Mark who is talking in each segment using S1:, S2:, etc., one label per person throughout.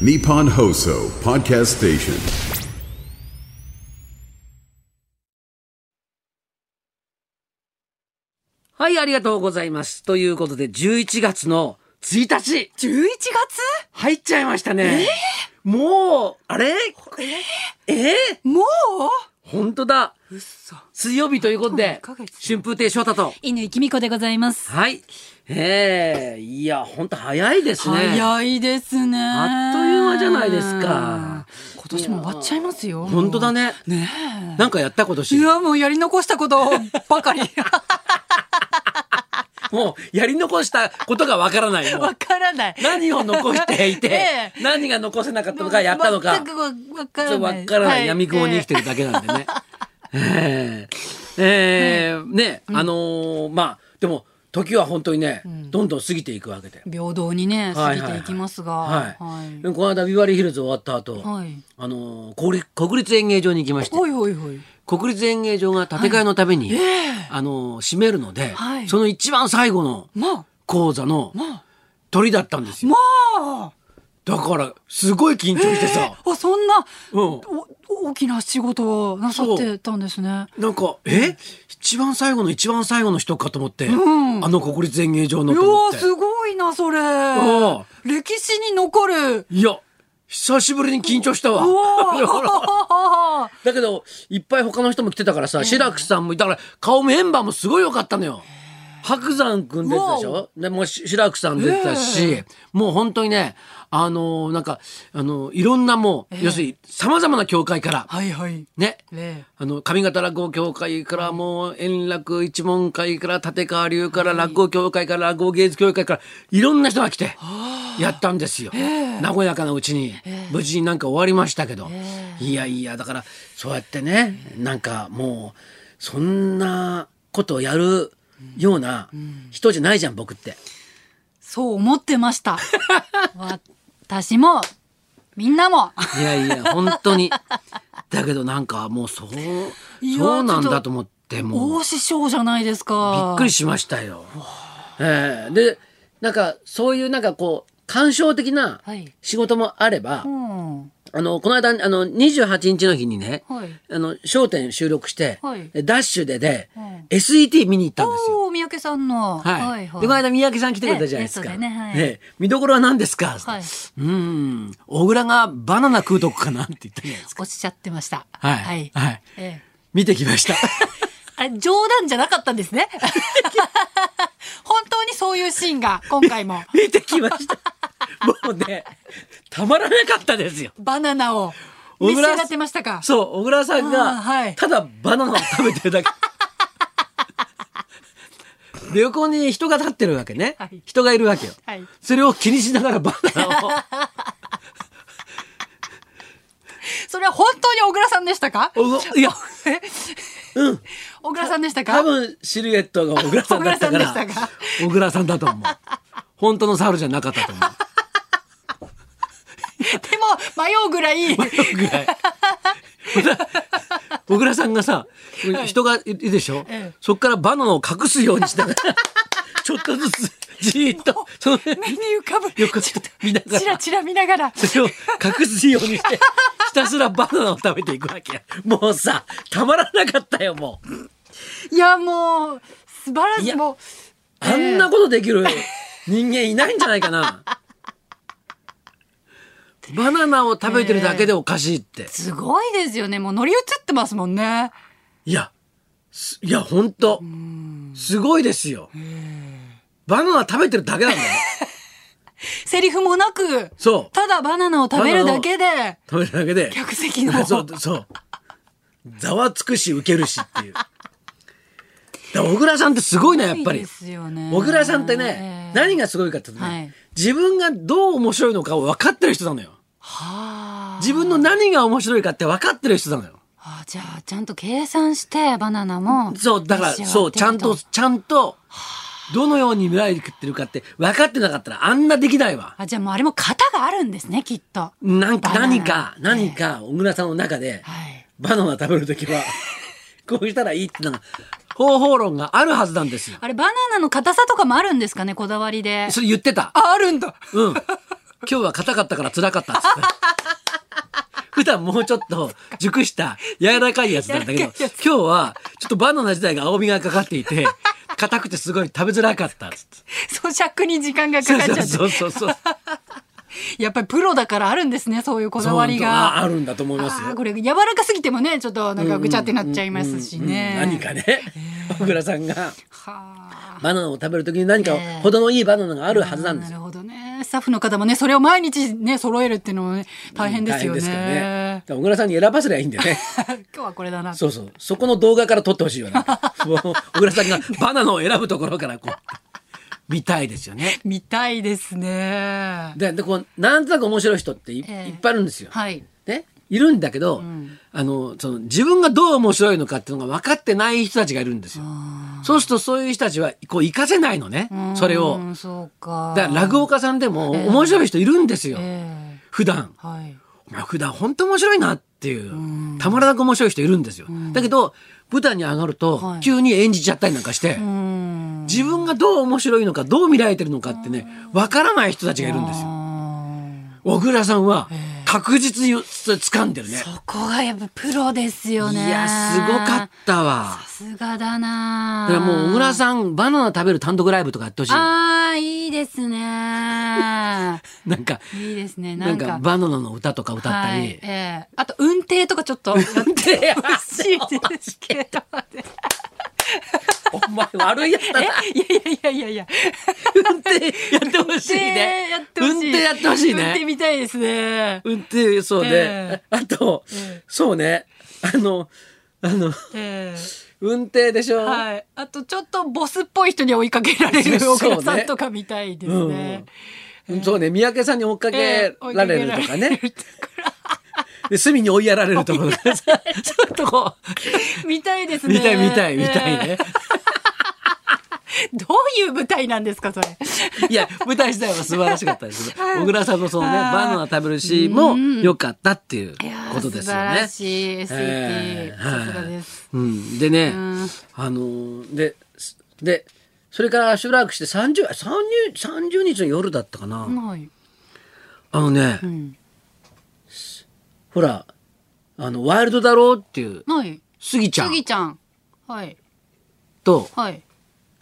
S1: Nippon Hoso Podcast Station.
S2: はい、ありがとうございます。ということで、11月の1日、
S3: 11月
S2: 入っちゃいましたね。もう、あれえー、
S3: もう
S2: 本当だ。
S3: うっそ。
S2: 水曜日ということで
S3: 一ヶ月、
S2: 春風亭昇太と。
S3: 犬きみこでございます。
S2: はい。ええいや、本当早いですね。
S3: 早いですね。
S2: あっという間じゃないですか。
S3: 今年も終わっちゃいますよ。
S2: 本当だ
S3: ね。
S2: ね。
S3: ね
S2: なんかやった今
S3: え。い
S2: 年。
S3: や、もうやり残したことばかり。
S2: もう、やり残したことがわからない。もう
S3: わからない。
S2: 何を残していて
S3: ね、
S2: 何が残せなかったのか、やったのか。
S3: 全くわわか
S2: ちょっ
S3: ら
S2: とわ
S3: ない。
S2: からない闇雲に生きて
S3: る。
S2: るだけなんでね。ええええね、あのーまあでも時は本当にね、どんどん過ぎていくわけで。
S3: ええ平等にね、過
S2: はい
S3: ぎ
S2: はいはい
S3: ていきますが。
S2: はい。
S3: はい
S2: でもこの間ビバリーヒルズ終わった後、
S3: はい
S2: あのー国立国立演芸場に行きまして、
S3: ほいほいほい。
S2: 国立演芸場が建て替えのために、あのー閉めるので、
S3: はい
S2: その一番最後の
S3: まあ、
S2: 講座の
S3: まあ、
S2: 鳥だったんですよ。
S3: まあ。
S2: だからすごい緊張してさ。
S3: あそんな、
S2: うん
S3: お大きな仕事をなさってたんですね。
S2: なんか、え一番最後の一番最後の人かと思って、
S3: ん
S2: あの国立演芸場の
S3: いや
S2: と思っ
S3: ー
S2: て。
S3: すごいなそれ
S2: ん
S3: 歴史に残る
S2: いや、久しぶりに緊張したわ。
S3: うわ
S2: ほら
S3: ー
S2: だけど、いっぱい他の人も来てたからさ、志らくさんも、だから顔メンバーもすごい良かったのよ。白山くん出てたでし
S3: わ
S2: ょでもうし志らくさん出てたし、
S3: え
S2: もう本当にね、あのーなんか、あのーいろんなもう、
S3: ええ
S2: 要するに様々な教会から、
S3: はいはい
S2: ね、
S3: ね
S2: あの上方落語協会からもう円楽一門会から立川流から落語協会から落語芸術協会からいろんな人が来てやったんですよ、和やかなうちに無事になんか終わりましたけど、いやいやだからそうやってねなんかもうそんなことをやるような人じゃないじゃん僕って。
S3: そう思ってました 私もみんなも
S2: いやいや本当にだけどなんかもうそう
S3: いや
S2: そうなん
S3: ちょっ
S2: だ
S3: と
S2: と思ってもう。
S3: 大師匠じゃないですか
S2: びっくりしましたよ。ええでなんかそういうなんかこう感傷的な
S3: はい
S2: 仕事もあれば、
S3: うん
S2: あのこの間あの28日の日にね「
S3: はい
S2: あの焦点」収録して、
S3: はい
S2: ダッシュでで、
S3: うん
S2: SET 見に行ったんですよ。
S3: おー三宅さんの
S2: はい
S3: はい
S2: でこの
S3: はい
S2: 間三宅さん来てくれたじゃないですか。
S3: ええそうだよねはい
S2: ええ見どころは何ですか、
S3: はいう
S2: ーん小倉がバナナ食うとこかなって言ったじゃないですか。
S3: おっしゃってました
S2: はい、
S3: はい
S2: はい
S3: ええ
S2: 見てきま した。
S3: あれ冗談じゃなかったんですね 本当にそういうシーンが今回も
S2: 見てきました。もうね、たまらなかったですよ。
S3: バナナを
S2: 小
S3: 召し
S2: 倉
S3: 上がってましたか
S2: そう、小倉さん
S3: あーは
S2: が、
S3: い
S2: ただバナナを食べてるだ け。で横に人が立ってるわけね、
S3: はい
S2: 人がいるわけよ、
S3: はい
S2: それを気にしながらバナ ナを
S3: それは本当に小倉さんでしたか
S2: おい や
S3: え
S2: うん
S3: 小倉さんでしたか
S2: 多分シルエットが小倉さんだったから
S3: 小倉さんでしたか
S2: 小倉さんだと思う本当の猿じゃなかったと思う
S3: でも迷うぐらい
S2: ぐ らい。小倉さんがさ、人がいるでしょ、
S3: ええ
S2: そっからバナナを隠すようにしなが ら、ちょっとずつ、じーっと、その辺
S3: 目に浮かぶ
S2: よく見なが
S3: チラ
S2: ら、
S3: チラ見ながら
S2: それを隠すように して、ひたすらバナナを食べていくわけ。もうさ、たまらなかったよ、もう。
S3: いやもう素晴ら
S2: い
S3: しい
S2: や
S3: もう
S2: あんなことできる人間いないんじゃないかな。バナナを食べてるだけでおかしいって。
S3: すごいですよねもう乗り移ってますもんね
S2: いや、すいや、本当すごいですよ。バナナ食べてるだけなんだよ。
S3: セリフもなく
S2: そう。
S3: ただバナナを食べるだけで
S2: 食べるだけで。
S3: 客席の
S2: そう、そう。ざわつくし、受けるしっていう。だから小倉さんってすごいな、やっぱ
S3: いい
S2: り
S3: で。すよね
S2: 小倉さんってね、
S3: ええ
S2: 何がすごいかっていうとね、
S3: はい
S2: 自分がどう面白いのかを分かってる人なのよ。
S3: はあ
S2: 自分の何が面白いかって分かってる人なのよ。
S3: あじゃあちゃんと計算してバナナも
S2: そう、だから、
S3: 召し上がってる
S2: そう、ちゃんと、ちゃんと、どのように未来食ってるかって分かってなかったらあんなできないわ。
S3: あじゃあもうあれも型があるんですねきっと
S2: なんか
S3: バナナ
S2: 何か、何か、小倉さんの中で、
S3: はい
S2: バナナ食べると きは、こうしたらいいってなんか、方法論があるはずなんですよ。
S3: あれバナナの硬さとかもあるんですかねこだわりで
S2: それ言ってた。
S3: ああるんだ
S2: うん。今日は硬かったから辛かったっつ って。普段もうちょっと熟した柔らかいやつなんだけど、今日はちょっとバナナ自体が青みがかかっていて、硬くてすごい食べづらかったっつって。
S3: 咀嚼に時間がかかっちゃって
S2: そうそうそうそう。
S3: やっぱりプロだからあるんですねそういうこだわり
S2: そうあ
S3: が
S2: あるんだと思いますよ
S3: あーこれ柔らかすぎてもねちょっとなんかぐちゃってなっちゃいますしね、
S2: 何かね、小倉さんが
S3: はあ
S2: バナナを食べるときに何か
S3: ええ
S2: 程のいいバナナがあるはずなんですよ。
S3: なるほどねスタッフの方もねそれを毎日ね揃えるっていうのも、ね、大変ですよね,、
S2: からね。だから小倉さんに選ばせりゃいいんでね。
S3: 今日はこれだな
S2: そうそう。そこの動画から撮ってほしいよな。 もう小倉さんがバナナを選ぶところからこう、見たいですよね。
S3: 見たいですね
S2: で、でこう、なんとなく面白い人ってい,、
S3: ええ
S2: いっぱいいるんですよ。
S3: はい
S2: ね。いるんだけど、あの、その、自分がどう面白いのかっていうのが分かってない人たちがいるんですよ。そうするとそういう人たちは、こう、活かせないのね。それ
S3: う
S2: を。
S3: んそうか
S2: だから、落語家さんでも、面白い人いるんですよ。
S3: え
S2: 普段。
S3: えはい
S2: お前普段本当面白いなっていう、たまらなく面白い人いるんですよ。だけど、舞台に上がると
S3: は、い
S2: 急に演じちゃったりなんかして、
S3: うん
S2: 自分がどう面白いのか、どう見られてるのかってね、わからない人たちがいるんですよ。
S3: あ
S2: 小倉さんは、確実に掴んでるね
S3: ー。そこがやっぱプロですよ
S2: い
S3: ね
S2: や、すごかったわ
S3: さ。すがだな
S2: だからもう、小倉
S3: ん
S2: さん、バナナ食べる単独ライブとかやってほしい。な
S3: ああいいで すね
S2: んか、
S3: いいですねな
S2: なん
S3: んか
S2: か、バナナの歌とか歌った
S3: はい
S2: り
S3: え。えあと運転とかちょっと運
S2: 転
S3: 欲 しいですけどね
S2: お前悪いやつだな。
S3: いやいやいやいやいや
S2: 運転やってほしいね。
S3: やってほしい
S2: 運転やってほしいね。
S3: 運転みたいですね
S2: 運転そうね、
S3: え
S2: あと、
S3: ええ
S2: そうねあのあの
S3: ええ
S2: 運転でしょ、
S3: はい、あとちょっとボスっぽい人に追いかけられる
S2: そう
S3: 小
S2: そうね
S3: 倉さんとかみたいですね。
S2: うんそうね三宅さんに追っかけ
S3: ええ追い
S2: ら
S3: かけ
S2: れるとかね、で隅に追いやられると かちょっとこ
S3: 見たいです
S2: う
S3: ね。
S2: 見たい見たい見たい
S3: え
S2: ね、
S3: え。どういう舞台なんですかそれ。
S2: いや舞台自体は素晴らしかったですね小倉さんのそのね
S3: あー
S2: バナナ食べるシーンも良かったっていうことですよ
S3: いや
S2: ね
S3: ー素晴らしい SET
S2: ええ
S3: さすがです
S2: うん、でね、
S3: ん
S2: あのーですでそれからしばらくして30 30, 30日の夜だったかな、
S3: はい。
S2: あのね、
S3: ん
S2: ほらあの「ワイルドだろう」っていう
S3: はい。
S2: スギちゃ
S3: す
S2: ん
S3: ぎちゃん。はい。
S2: と
S3: はい。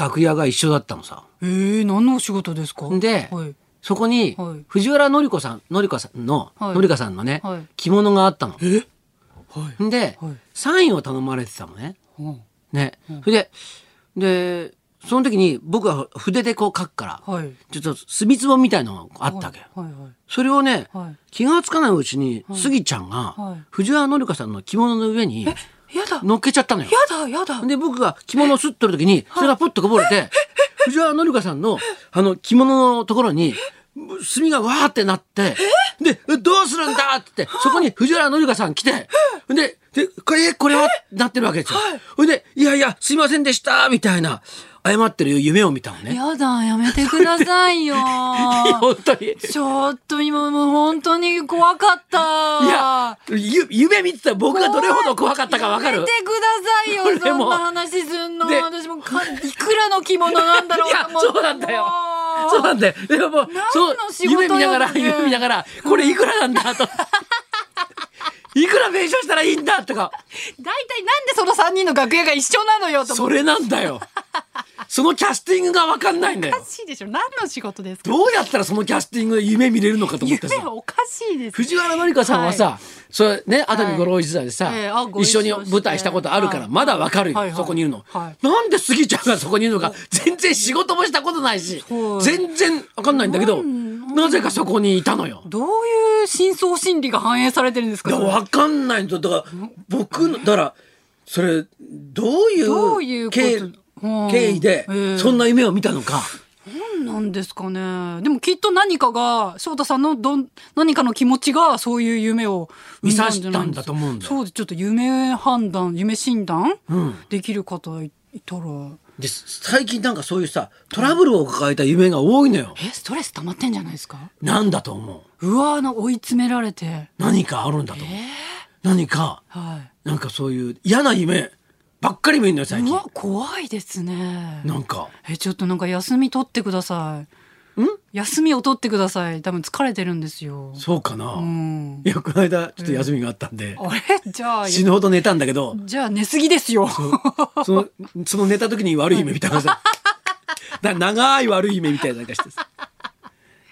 S2: 楽屋が一緒だったのさ
S3: ええ何のお仕事ですか。
S2: で
S3: はい。
S2: そこに
S3: はい
S2: 藤原紀子さん紀香さんの、
S3: はい
S2: 紀香さんのね、
S3: はい
S2: 着物があったの。
S3: え。はい。
S2: で、
S3: はい
S2: サインを頼まれてたのね。
S3: うん
S2: ね、それででその時に僕は筆でこう書くから、
S3: はい。
S2: ちょっと墨つぼみたいのがあったわけよ。
S3: はいはい。
S2: それをね、
S3: はい
S2: 気がつかないうちに、スギちゃんが、
S3: はい
S2: 藤原紀香さんの着物の上に
S3: やだ。
S2: 乗っけちゃったのよ。
S3: やだやだ。
S2: で僕が着物をすっとる時にそれがポッとこぼれて藤原紀香さんのあの着物のところに墨がわーってなってで「えどうするんだ!」って言ってそこに藤原紀香さん来てでで「これこれは?」なってるわけですよ。ほいで「いやいやすいませんでした」みたいな謝ってる夢を見たのね。
S3: やだやめてくだ さいよ。
S2: 本当に
S3: ちょっと今もう本当に怖かった。
S2: いやゆ夢見てた僕がどれほど怖かったかわか
S3: や
S2: る
S3: めてくださいよ
S2: 俺
S3: そ
S2: も
S3: んな話すんの
S2: で
S3: 私もかいくらの着物なんだ ろ
S2: いうや
S3: と思って
S2: そうなんだよ
S3: も
S2: そうなんだよ。でももう、そう、
S3: 仕事
S2: 夢見ながら、
S3: よね
S2: 夢見ながら、これいくらなんだと。いくら弁償したらいいんだとか、
S3: 大体なんでその三人の楽屋が一緒なのよと思
S2: そ
S3: っ
S2: れなんだよ。そのキャスティングがわかんないんだ
S3: てお
S2: よ
S3: か。しいでしょ何の仕事ですか
S2: どうやったらそのキャスティングで夢見れるのかと思っ
S3: 夢
S2: てさ。
S3: おかしいです
S2: 藤原紀香さんはさ、それね、熱海五郎一座でさ
S3: ええあ、ご
S2: 一
S3: 一
S2: 緒
S3: 緒して
S2: に舞台したことあるから、
S3: はい
S2: まだわかる
S3: はい
S2: よ。
S3: はい
S2: そこにいるの
S3: は。い
S2: なんで杉ちゃんがそこにいるのか、全然仕事もしたことないし
S3: は、い
S2: 全然わかんないんだけど、なぜかそこにいたのよ。
S3: どういう深層心理が反映されてるんですか
S2: だから分かんないんだだから僕のだからそれどう
S3: どう
S2: い
S3: いううこ
S2: 経
S3: とうん
S2: 経緯で
S3: ええ
S2: そんな夢を見たのか
S3: 何なんですかねでもきっと何かが翔太さんのどん何かの気持ちがそういう夢を
S2: 見さ
S3: た
S2: せ
S3: じゃ
S2: た
S3: ない
S2: ん
S3: です
S2: だ
S3: か
S2: と思うんだよ
S3: そうですちょっと夢判断夢診断、
S2: ん
S3: できる方いたら
S2: で最近なんかそういうさトラブルを抱えた夢が多いのよ
S3: えストレス溜まってんじゃないですか
S2: なんだと思う
S3: うわーな追い詰められて
S2: 何かあるんだと思う何か
S3: は
S2: なんかそういう嫌な夢ばっかり見るのよ最
S3: い
S2: 近
S3: うわ怖いですね
S2: なんか
S3: えちょっとなんか休み取ってください
S2: ん
S3: 休みを取ってください。多分疲れてるんですよ。
S2: そうかな、
S3: うん。
S2: いやこの間ちょっと休みがあったんで、
S3: あれじゃあ、
S2: 死ぬほど寝たんだけど
S3: じゃあ寝すぎですよ。
S2: そのその寝た時に悪い夢見たから さだから長い悪い夢みたいななんかしてさ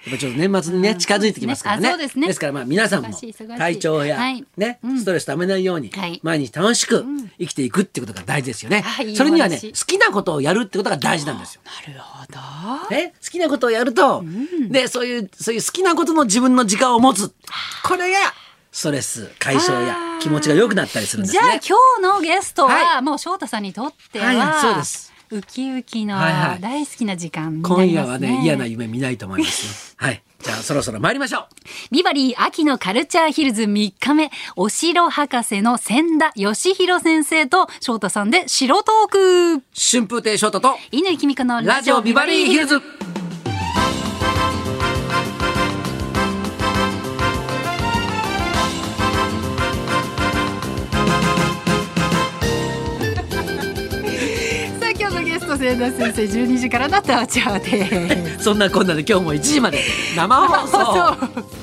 S2: やっぱちょっと年末にね近づいてきますからね,、
S4: あそうですね
S2: からまあ皆さん
S4: 忙
S2: も
S4: しい忙しい
S2: 体調や、
S4: はい
S2: ねストレスためないように
S4: はい
S2: 毎日楽しく生きていくってことが大事ですよね、
S4: あいい
S2: それにはね
S4: お
S2: 好
S4: 話
S2: きなことをやるってことが大事なんですよ
S3: なるほど。
S2: ね、好きなことをやると、でそういうそういう好きなことの自分の時間を持つこれがストレス解消や気持ちが良くなったりするんです
S4: じ
S2: ね。
S4: ゃあ今日のゲスト
S2: は
S4: はもう翔太さんにとって
S2: はいそうで
S4: は
S2: す
S4: ウキウキの
S2: はいはい
S4: 大好きな時間にな
S2: 今
S4: り
S2: 夜
S4: ま
S2: は
S4: すね。
S2: ね嫌な夢見ないと思い ますよ。はいじゃあそろそろ参りましょう。
S4: ビバリー秋のカルチャーヒルズ3日目、お城博士の千田義弘先生と翔太さんで城トーク
S2: 春風亭昇太と
S4: 乾きみこの
S2: ラジオビバリーヒルズ。
S3: さあ今日のゲスト千田先生12時からのダウチャーで す。
S2: そんなこんなで今日も1時まで生放送。
S3: そう